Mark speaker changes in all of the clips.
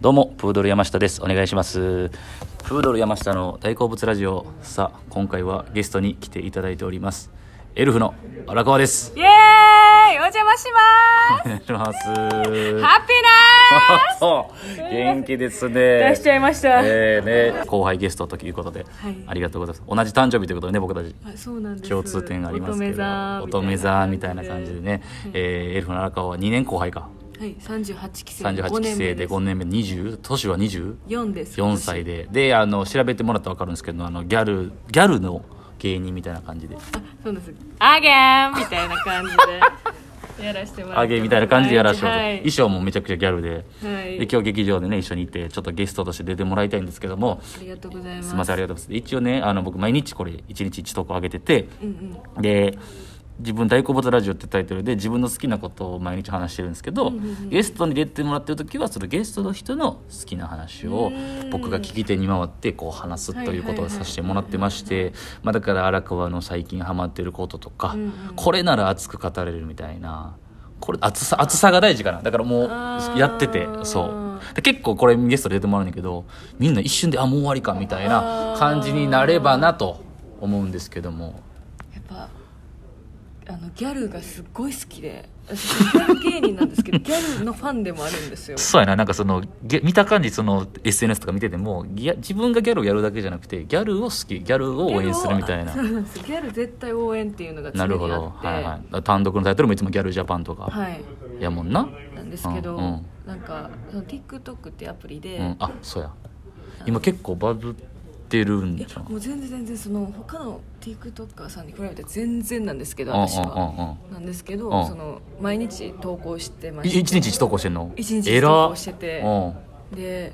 Speaker 1: どうもプードル山下ですお願いしますプードル山下の大好物ラジオさあ今回はゲストに来ていただいておりますエルフの荒川です
Speaker 2: イエーイお邪魔しま
Speaker 1: お
Speaker 2: す
Speaker 1: 願いします
Speaker 2: ハッピーな ー
Speaker 1: 元気ですね
Speaker 2: 出しちゃいました
Speaker 1: えーね後輩ゲストということで、
Speaker 2: はい
Speaker 1: ありがとうございます同じ誕生日ということでね僕たち
Speaker 2: あそうなんです
Speaker 1: 共通点がありますけど乙
Speaker 2: 乙女
Speaker 1: 女
Speaker 2: 座
Speaker 1: 座みたいな感じでね、
Speaker 2: はい
Speaker 1: えーエルフの荒川は2年後輩か
Speaker 2: はい38期生
Speaker 1: 38期生で5年目20年は 20?
Speaker 2: 4です
Speaker 1: 4歳でであの調べてもらったら分かるんですけどあのギャルギャルの芸人みたいな感じで
Speaker 2: あそうなんですあげーんみたいな感じでやらしてもらってます
Speaker 1: あげみたいな感じでやらせてもらっ
Speaker 2: は
Speaker 1: て
Speaker 2: い
Speaker 1: 衣装もめちゃくちゃギャルで,、
Speaker 2: はい
Speaker 1: で今日劇場でね一緒にいてちょっとゲストとして出てもらいたいんですけども
Speaker 2: ありがとうございます
Speaker 1: すいませんありがとうございます一応ねあの僕毎日これ1日1投稿上げてて、で自分「大好物ラジオ」ってタイトルで自分の好きなことを毎日話してるんですけど、ゲストに出てもらってる時はそのゲストの人の好きな話を僕が聞き手に回ってこう話すということをさせてもらってましてまあだから荒川の最近ハマってることとか、これなら熱く語れるみたいな。これ熱さ熱さが大事かなだからもう
Speaker 2: あー
Speaker 1: やっててそうで結構これゲストで出てもらうんだけどみんな一瞬であもう終わりかみたいな感じになればなと思うんですけども
Speaker 2: やっぱあのギャルがすっごい好きで私ギャル芸人なんで すけどギャルのファンでもあるんですよ
Speaker 1: そうやななんかそのげ見た感じその SNS とか見ててもギャ自分がギャルをやるだけじゃなくてギャルを好きギャルを応援するみたいな
Speaker 2: ギャルをあそうなんですギャル絶対応援っていうのが常に
Speaker 1: な
Speaker 2: あって
Speaker 1: るほど、はいはい、単独のタイトルもいつも「ギャルジャパン」とか、
Speaker 2: はい
Speaker 1: やもんな、
Speaker 2: なんですけど、
Speaker 1: うんうん
Speaker 2: なんかその TikTok ってアプリで、
Speaker 1: うん、あそうや今結構バズってるんじゃん
Speaker 2: もう全然全然その他の TikToker さんに比べて全然なんですけど
Speaker 1: うんうん
Speaker 2: 私は、
Speaker 1: うんうん
Speaker 2: なんですけど、
Speaker 1: うん
Speaker 2: その毎日投稿してま
Speaker 1: い
Speaker 2: し
Speaker 1: 一日一投稿してんの
Speaker 2: 一日
Speaker 1: え
Speaker 2: 一
Speaker 1: ら
Speaker 2: 投稿してて
Speaker 1: うん
Speaker 2: で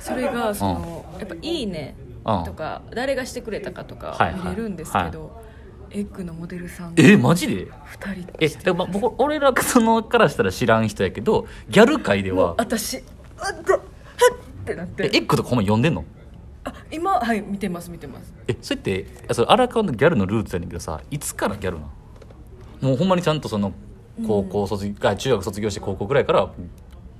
Speaker 2: それがその、やっぱ「いいね」
Speaker 1: うん
Speaker 2: とか、誰がしてくれたかと
Speaker 1: はい
Speaker 2: か
Speaker 1: はい
Speaker 2: 見れるんですけど、エッグのモデルさんが
Speaker 1: えマジで
Speaker 2: 2人
Speaker 1: えでもま僕俺らそのからしたら知らん人やけどギャル界で
Speaker 2: もう
Speaker 1: は
Speaker 2: 私「あっだはっ!」ってなっ
Speaker 1: えエ
Speaker 2: て
Speaker 1: ッグとかほんま呼んでんの
Speaker 2: あ今はい見てます見てます
Speaker 1: えそれってあそれ荒川のギャルのルーツやねんけどさいつからギャルなんもうほんまにちゃんとその高校卒業、あ中学卒業して高校ぐらいから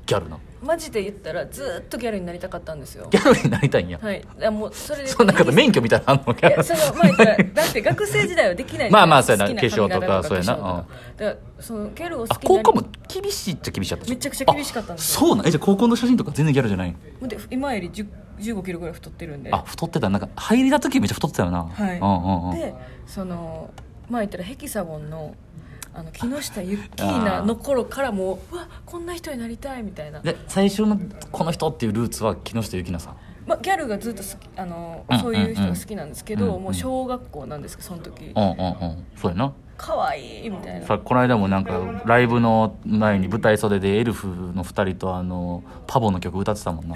Speaker 1: ギャルなん
Speaker 2: マジで言ったらずーっとギャルになりたかったんですよ
Speaker 1: ギャルになりたいんや、
Speaker 2: はいいやもうそれで
Speaker 1: そんなこと免許みたいなのあんのギャ
Speaker 2: いや
Speaker 1: ル
Speaker 2: そのまあ言ったらだって学生時代はできな い
Speaker 1: まあまあ
Speaker 2: じゃ
Speaker 1: そうや
Speaker 2: い
Speaker 1: な
Speaker 2: ですか好き
Speaker 1: 化粧とか
Speaker 2: 髪型
Speaker 1: そうやな
Speaker 2: だからそのギャルを好
Speaker 1: あ
Speaker 2: きに
Speaker 1: 高
Speaker 2: な
Speaker 1: 校も厳しいっちゃ厳しかった
Speaker 2: めちゃくちゃ厳しかったん
Speaker 1: あ
Speaker 2: ですよ
Speaker 1: そうなんえじゃあ高校の写真とか全然ギャルじゃないん
Speaker 2: で今より1 5キロぐらい太ってるんで
Speaker 1: あ太ってたなんか入りた時めっちゃ太ってたよな
Speaker 2: はい
Speaker 1: うんうんうん
Speaker 2: でそのまあ言ったらヘキサゴンのあの木下ゆっきーなの頃からもううわこんな人になりたいみたいな、
Speaker 1: で最初のこの人っていうルーツは木下ゆきなさん
Speaker 2: まあ、ギャルがずっと好きあの、
Speaker 1: うん
Speaker 2: そういう人が好きなんですけど、
Speaker 1: うんうん
Speaker 2: もう小学校なんですけどその時
Speaker 1: うんうんうんそうやな
Speaker 2: 可愛いみたいな
Speaker 1: さこの間もなんかライブの前に舞台袖でエルフの2人とあのパボの曲歌ってたも んな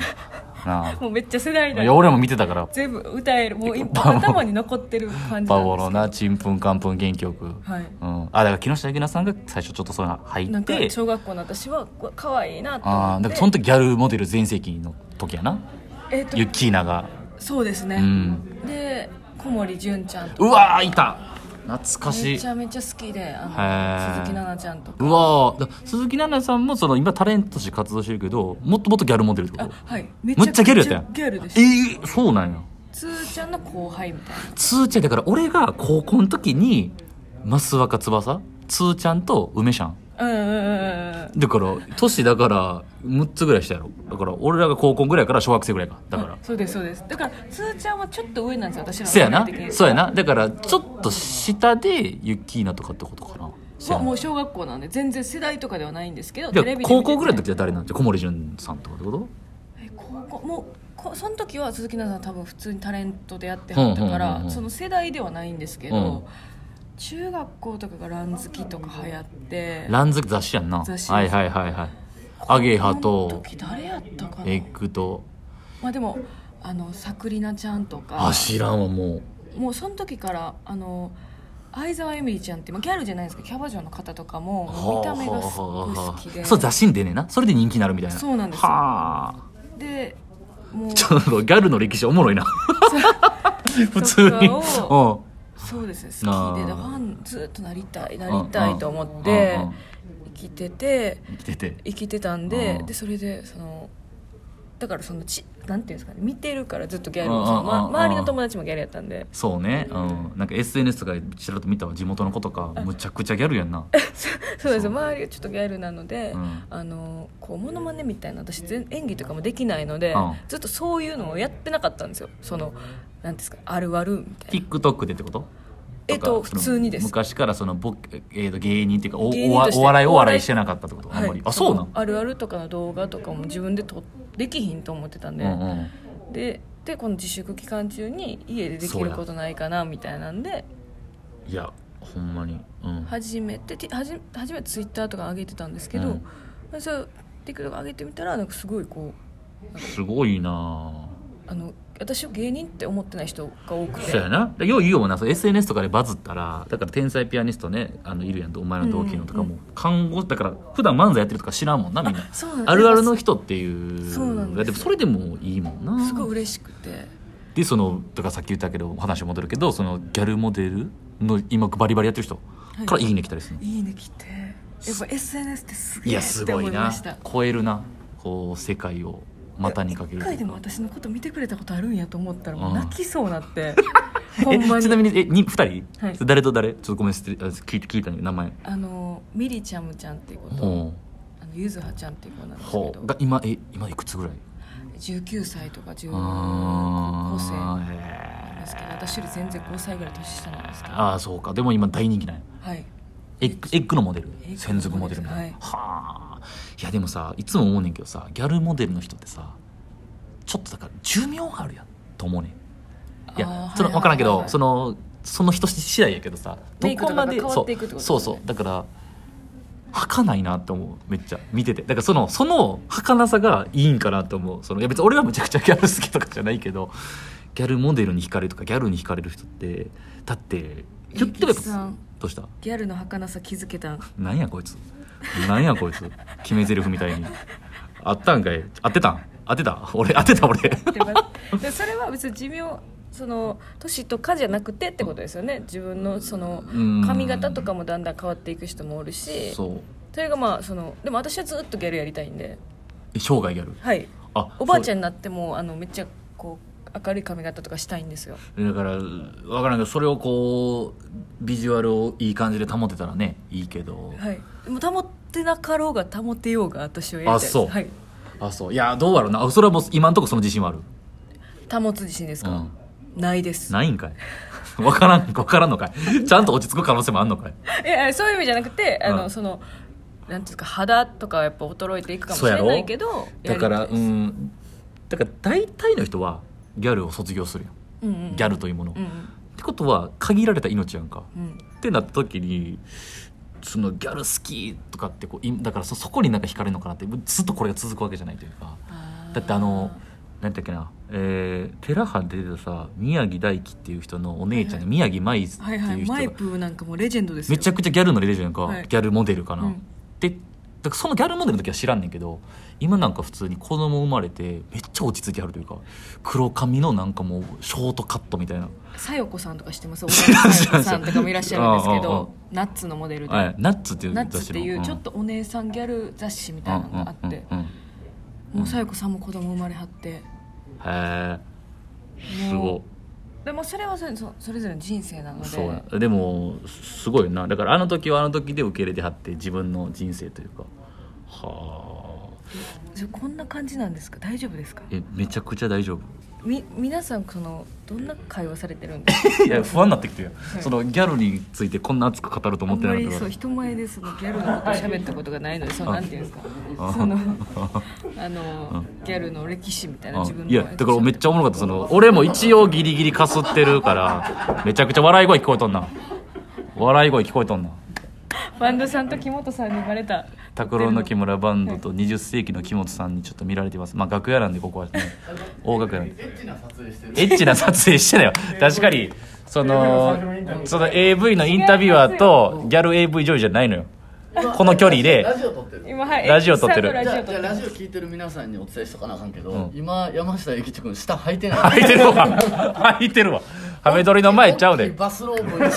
Speaker 1: な
Speaker 2: もうめっちゃ世代
Speaker 1: あ
Speaker 2: だ
Speaker 1: いや俺も見てたから
Speaker 2: 全部歌えるもうい
Speaker 1: パワー
Speaker 2: 頭に残ってる感じ
Speaker 1: パ
Speaker 2: なん
Speaker 1: ボ
Speaker 2: で
Speaker 1: の
Speaker 2: す
Speaker 1: なちんぷんかんぷん元気よく、うん、
Speaker 2: はい
Speaker 1: あだから木下ゆきなさんが最初ちょっとそういうの入
Speaker 2: なん
Speaker 1: っ
Speaker 2: か
Speaker 1: て
Speaker 2: 小学校の私はうわ可愛いなと
Speaker 1: ああ
Speaker 2: 思
Speaker 1: だから
Speaker 2: って
Speaker 1: その時ギャルモデル全盛期の時やな
Speaker 2: えっと
Speaker 1: ユッキーナが
Speaker 2: そうですね、
Speaker 1: うん
Speaker 2: で小森純ちゃんと
Speaker 1: うわーいた懐かし
Speaker 2: め
Speaker 1: い
Speaker 2: ちゃめちゃ好きであの
Speaker 1: へー
Speaker 2: 鈴木奈々ちゃんと
Speaker 1: う
Speaker 2: か
Speaker 1: わーだ鈴木奈々さんもその今タレントとして活動してるけどもっともっとギャルモデルってこ
Speaker 2: あ
Speaker 1: と
Speaker 2: はい
Speaker 1: めっちゃギャルやったやん
Speaker 2: ギャルです
Speaker 1: えー、そうなんや
Speaker 2: つーちゃんの後輩みたいな
Speaker 1: つーちゃんだから俺が高校の時に益若翼つーちゃんと梅ちゃん
Speaker 2: うんうんうんうんうん
Speaker 1: だから年だから6つぐらいしたやろだから俺らが高校ぐらいから小学生ぐらいかだから
Speaker 2: そうですそうですだからつーちゃんはちょっと上なんですよ私らの
Speaker 1: そうやな
Speaker 2: 世代的に
Speaker 1: そうやなだからちょっと下でユッキーナとかってことかなそう
Speaker 2: もう
Speaker 1: や
Speaker 2: も
Speaker 1: な
Speaker 2: う小学校なんで全然世代とかではないんですけど
Speaker 1: で
Speaker 2: テレビで見て
Speaker 1: 高校ぐらいの時は誰なんじゃ小森純さんとかってこと
Speaker 2: え高校もうこその時は鈴木奈々さん多分普通にタレントでやってはったから、
Speaker 1: うんうんうんうん
Speaker 2: その世代ではないんですけど、
Speaker 1: うん
Speaker 2: 中学校とかがラン好きとか流行って
Speaker 1: ランズ雑誌やんな
Speaker 2: 雑誌
Speaker 1: はいはいはいはいアゲハ
Speaker 2: その
Speaker 1: と
Speaker 2: 時誰やったかな
Speaker 1: エッグと
Speaker 2: まあでもあのさくりなちゃんとか
Speaker 1: あ知らんわも
Speaker 2: もうその時からあの相沢エミリちゃんって、まあ、ギャルじゃないんですけどキャバ嬢の方とかも
Speaker 1: う
Speaker 2: もう見た目がすごい好き
Speaker 1: はあはあは
Speaker 2: で
Speaker 1: あそう雑誌に出ねえなそれで人気になるみたいな
Speaker 2: そうなんですよ
Speaker 1: はあ
Speaker 2: でもう
Speaker 1: ちょっとギャルの歴史おも ろいな普通に
Speaker 2: とかをそうですね好
Speaker 1: あ
Speaker 2: きで
Speaker 1: ー
Speaker 2: でファンずっとなりたいなりたいと思って
Speaker 1: うんうん
Speaker 2: 生きてて
Speaker 1: うん生きてて
Speaker 2: 生きてたんで
Speaker 1: うん
Speaker 2: でそれでそのだからそのちなんていうんですかね見てるからずっとギャル
Speaker 1: うん
Speaker 2: を
Speaker 1: うんうん
Speaker 2: ま
Speaker 1: うん
Speaker 2: 周りの友達もギャルやったんで
Speaker 1: そうね、うん、なんか SNS とかちらっと見たわ地元の子とかむちゃくちゃギャルやんな、
Speaker 2: そうです周りがちょっとギャルなので、
Speaker 1: うん
Speaker 2: あのこうモノマネみたいな私全演技とかもできないので、
Speaker 1: うん
Speaker 2: ずっとそういうのをやってなかったんですよそのなんですかあるあるみたいな
Speaker 1: TikTok でってこと
Speaker 2: えっと
Speaker 1: かその
Speaker 2: 普通にです
Speaker 1: 昔からそのボケ、えーと芸人っていうかお
Speaker 2: 芸人として
Speaker 1: おお笑いお笑いしてなかったってことあんまり、あそうな
Speaker 2: の
Speaker 1: ん
Speaker 2: あるあるとかの動画とかも自分で撮できひんと思ってたんで、
Speaker 1: うんうん
Speaker 2: ででこの自粛期間中に家でできることないかなみたいなんで
Speaker 1: いやほんまに、うん、
Speaker 2: 初めてて初め初めてツイッターとか上げてたんですけど、そう TikTok 上げてみたらなんかすごいこう
Speaker 1: すごいな
Speaker 2: あの私を芸人って思ってない人が多くて
Speaker 1: そうやなでよう言うよなそう SNS とかでバズったらだから天才ピアニストねあのいるやんとお前の同期のとかも、
Speaker 2: うん
Speaker 1: 看護だから普段漫才やってるとか知らんもんなみんな
Speaker 2: あ そうなんです
Speaker 1: あるあるの人っていう
Speaker 2: そうなんです
Speaker 1: だってそれでもいいもんな
Speaker 2: すごい嬉しくて
Speaker 1: でそのとからさっき言ったけど話戻るけどそのギャルモデルの今バリバリやってる人
Speaker 2: い
Speaker 1: から「いいね」来たりするの、
Speaker 2: いいね来てやっぱ SNS ってす
Speaker 1: い、
Speaker 2: げえ
Speaker 1: や
Speaker 2: っ
Speaker 1: す
Speaker 2: て
Speaker 1: ご
Speaker 2: 思
Speaker 1: い
Speaker 2: いま
Speaker 1: な
Speaker 2: した
Speaker 1: 超えるなこう世界を股にかけると
Speaker 2: 一
Speaker 1: い
Speaker 2: 回で
Speaker 1: う
Speaker 2: も
Speaker 1: か
Speaker 2: 私のこと見てくれたことあるんやと思ったらもう
Speaker 1: ああ
Speaker 2: 泣きそうなって、ほ
Speaker 1: え
Speaker 2: んまに
Speaker 1: ちなみにえに2人、
Speaker 2: はい
Speaker 1: 誰と誰ちょっとごめん失礼あ聞いて聞いたね名前
Speaker 2: あのミリちゃむちゃんっていう子と、
Speaker 1: ほ
Speaker 2: あのゆずはちゃんっていう子なん
Speaker 1: う
Speaker 2: ですけ
Speaker 1: ほ
Speaker 2: ど
Speaker 1: うが今え今いくつぐらい
Speaker 2: 19歳とか10
Speaker 1: あ
Speaker 2: 高校生なん
Speaker 1: ー
Speaker 2: ですけど
Speaker 1: へー
Speaker 2: 私より全然5歳ぐらい年下なんですけどは
Speaker 1: あーそうかでも今大人気なんや
Speaker 2: い
Speaker 1: エッグエッグのモデル
Speaker 2: エッグのモデル
Speaker 1: 専属モデルみたいな、
Speaker 2: は
Speaker 1: はあいやでもさいつも思うねんけどさギャルモデルの人ってさちょっとだから寿命があるやんと思うねんいや
Speaker 2: あー
Speaker 1: その
Speaker 2: はいはいはい
Speaker 1: 分からんけど
Speaker 2: はい
Speaker 1: そのその人次第やけどさど
Speaker 2: メイク
Speaker 1: ことま
Speaker 2: かが
Speaker 1: で
Speaker 2: 変わ
Speaker 1: そ
Speaker 2: っていくってこと
Speaker 1: う
Speaker 2: です
Speaker 1: そ
Speaker 2: よ
Speaker 1: う
Speaker 2: ね
Speaker 1: そうだから儚いなって思うめっちゃ見ててだからそのその儚さがいいんかなと思うそのいや別に俺がむちゃくちゃギャル好きとかじゃないけどギャルモデルに惹かれるとかギャルに惹かれる人ってだって言ってもやっ
Speaker 2: ゆきさ
Speaker 1: ぱ
Speaker 2: ん
Speaker 1: どうした
Speaker 2: ギャルの儚さ気づけたん
Speaker 1: なんやこいつなんやこいつ決め台詞みたいにあったんかい合ってたん合ってた俺合ってた俺
Speaker 2: ってます でそれは別に寿命その年とかじゃなくてってことですよね自分のその
Speaker 1: うん
Speaker 2: 髪型とかもだんだん変わっていく人もおるしそ
Speaker 1: そう
Speaker 2: れがまあそのでも私はずっとギャルやりたいんで
Speaker 1: え生涯ギャル
Speaker 2: はい
Speaker 1: あ
Speaker 2: おばあちゃ
Speaker 1: ん
Speaker 2: んになってもあのめっちゃこう明るい髪型とかしたいんですよ
Speaker 1: だからわからんけどそれをこうビジュアルをいい感じで保てたらねいいけど、
Speaker 2: はいでも保ってなかろうが保てようが私をやりたいです
Speaker 1: あそう
Speaker 2: はい、
Speaker 1: あそういやどうやろうなあそれはもう今んとこその自信はある
Speaker 2: 保つ自信ですか、ないです
Speaker 1: ないんかい わからんわからんのかいちゃんと落ち着く可能性もあんのかい
Speaker 2: いやいやそういう意味じゃなくてあの、
Speaker 1: うん
Speaker 2: そのなんていうんですか肌とかはやっぱ衰えていくかもしれないけど
Speaker 1: だから
Speaker 2: やり
Speaker 1: う
Speaker 2: たいです
Speaker 1: んだから大体の人はギャルを卒業するよ
Speaker 2: うんうん
Speaker 1: ギャルというものを、
Speaker 2: うん
Speaker 1: ってことは限られた命やんか
Speaker 2: うんうん
Speaker 1: ってなった時にそのギャル好きとかってこういだからそそこになんか惹かれるのかなってずっとこれが続くわけじゃないというかだってあの何だっけな、えー、寺派で出てたさ宮城大輝っていう人のお姉ちゃんが宮城舞って
Speaker 2: はいいう
Speaker 1: 人が、
Speaker 2: はいマイプーなんかもうレジェンドですよ
Speaker 1: めちゃくちゃギャルのレジェンドやんか、
Speaker 2: はい
Speaker 1: ギャルモデルかな、
Speaker 2: うん
Speaker 1: でだからそのギャルモデルの時は知らんねんけど今なんか普通に子供生まれてめっちゃ落ち着いてあるというか黒髪のなんかもうショートカットみたいな
Speaker 2: さよこさんとか知っ てます小田さよこさんとかもいらっしゃるんですけ
Speaker 1: ああああ
Speaker 2: どナッツのモデルで、
Speaker 1: はい、ナッツっていう
Speaker 2: ナッツっていうちょっ
Speaker 1: と
Speaker 2: とお姉さんギャル雑誌みたいなのがあって、もうさよこさんも子供生まれはって
Speaker 1: へえすご
Speaker 2: もうでもそれはそれそそれぞれの人生なの
Speaker 1: い
Speaker 2: で
Speaker 1: そうやでもすごいよなだからあの時はあの時で受け入れてはって自分の人生というかはあ
Speaker 2: それこんな感じなんですか大丈夫ですか
Speaker 1: えめちゃくちゃ大丈夫
Speaker 2: み皆さんそのどんな会話されてるんです か
Speaker 1: いや不安になってきてる
Speaker 2: い
Speaker 1: そのギャルについてこんな熱く語ると
Speaker 2: あ
Speaker 1: 思っ
Speaker 2: ん
Speaker 1: てな
Speaker 2: ま
Speaker 1: かった
Speaker 2: り
Speaker 1: か
Speaker 2: そ
Speaker 1: ら
Speaker 2: う人前でそのギャルのこと喋ったことがないのでそのなんていうんですか
Speaker 1: あ
Speaker 2: そのあのギャルの歴史みたいな自分
Speaker 1: うん
Speaker 2: の
Speaker 1: いやだからめっちゃおもろかったその 俺も一応ギリギリかすってるからめちゃくちゃ笑い声聞こえとんな笑い声聞こえとんな
Speaker 2: バンドさんと木本さんにバレた
Speaker 1: 拓郎の木村バンドと20世紀の木本さんにちょっと見られてますまあ楽屋なんでこ こはね大楽屋なんでエッチな撮影してたよ確かにそのその AV のインタビュアーとギャル AV 女優じゃないのよ この距離で
Speaker 3: ラジオ撮ってる
Speaker 2: 今はい
Speaker 1: ラジオ撮ってる
Speaker 2: エッチ
Speaker 3: じ
Speaker 2: さん
Speaker 3: ゃ
Speaker 2: のラジオ
Speaker 3: あ
Speaker 2: 撮ってる
Speaker 3: じゃあラジオ聞いてる皆さんにお伝えしとかなあかんけど、
Speaker 1: うん
Speaker 3: 今山下幸君下履いてない
Speaker 1: 履いてるわ履いてるわハメ撮りの前ちゃう
Speaker 3: 大きい
Speaker 1: で
Speaker 3: バスローブ一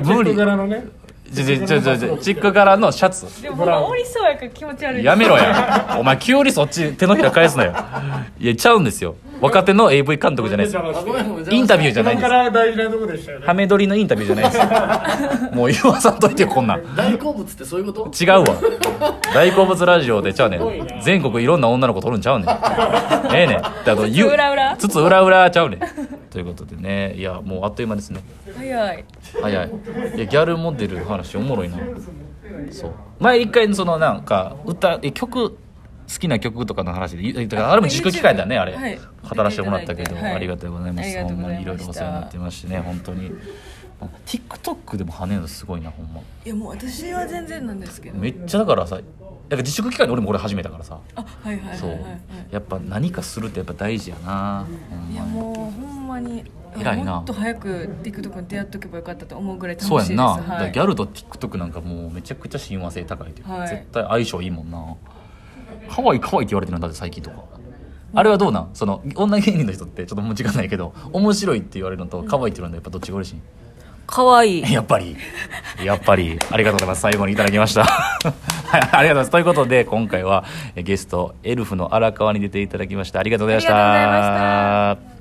Speaker 2: 無理
Speaker 1: 無理
Speaker 4: 柄のね
Speaker 1: ちょちょちょちょちょチック柄のシャツ
Speaker 2: でもほんまおりそうやから気持ち悪い
Speaker 1: やめろやお前急にそっち手のひら返すなよいやちゃうんですよ若手の AV 監督じゃないです
Speaker 3: あごめんごめん
Speaker 1: インタビュー
Speaker 3: ー
Speaker 1: じゃないん
Speaker 5: 今
Speaker 1: です
Speaker 5: から大事なとこでしたよね
Speaker 1: ハメ撮りのインタビューじゃないですもう言わさんといてよこんなん
Speaker 3: 大好物ってそういうこと
Speaker 1: 違うわ大好物ラジオでちゃうね
Speaker 5: すごいなん
Speaker 1: 全国いろんな女の子撮るんちゃ うねんええねんだと
Speaker 2: つつ裏裏
Speaker 1: つつ裏裏ちゃうねんということでねいやもうあっという間ですね
Speaker 2: 早い
Speaker 1: 早いいやギャルモデルの話おもろいなそう前一回そのなんか歌え曲好きな曲とかの話でゆだからあれも自粛機会だねあれ、
Speaker 2: はい
Speaker 1: 働してもらったけど、
Speaker 2: はい
Speaker 1: ありがとうございま
Speaker 2: あり
Speaker 1: す
Speaker 2: が
Speaker 1: ほ
Speaker 2: とうんご
Speaker 1: まに
Speaker 2: ざいました
Speaker 1: いろいろお世話になってましてね本当に TikTok でも跳ねるのすごいなほんま
Speaker 2: いやもう私は全然なんですけど
Speaker 1: めっちゃだからさだから自粛期間に俺もこれ始めたからさ
Speaker 2: あはいはいはい
Speaker 1: そう
Speaker 2: はいはい
Speaker 1: やっぱ何かするってやっぱ大事やなほんまに
Speaker 2: いやもうほんまに
Speaker 1: 偉いな
Speaker 2: もっと早く TikTok に出会っとけばよかったと思うぐらい楽しい
Speaker 1: そう
Speaker 2: で
Speaker 1: や
Speaker 2: す
Speaker 1: んな、だか
Speaker 2: は
Speaker 1: ら
Speaker 2: い、
Speaker 1: ギャルと TikTok なんかもうめちゃくちゃ親和性高いというか、
Speaker 2: はい
Speaker 1: 絶対相性いいもんな可愛い可愛いって言われてるんだって最近とかあれはどうなんその女芸人の人ってちょっともう時間ないけど面白いって言われるのと可愛いって言われるのやっぱどっちが嬉し
Speaker 2: 可愛い
Speaker 1: いやっぱりやっぱりありがとうございます最後にいただきました はいありがとうございますということで今回はえゲストエルフの荒川に出ていただきましたありがとうございました
Speaker 2: ありがとうございました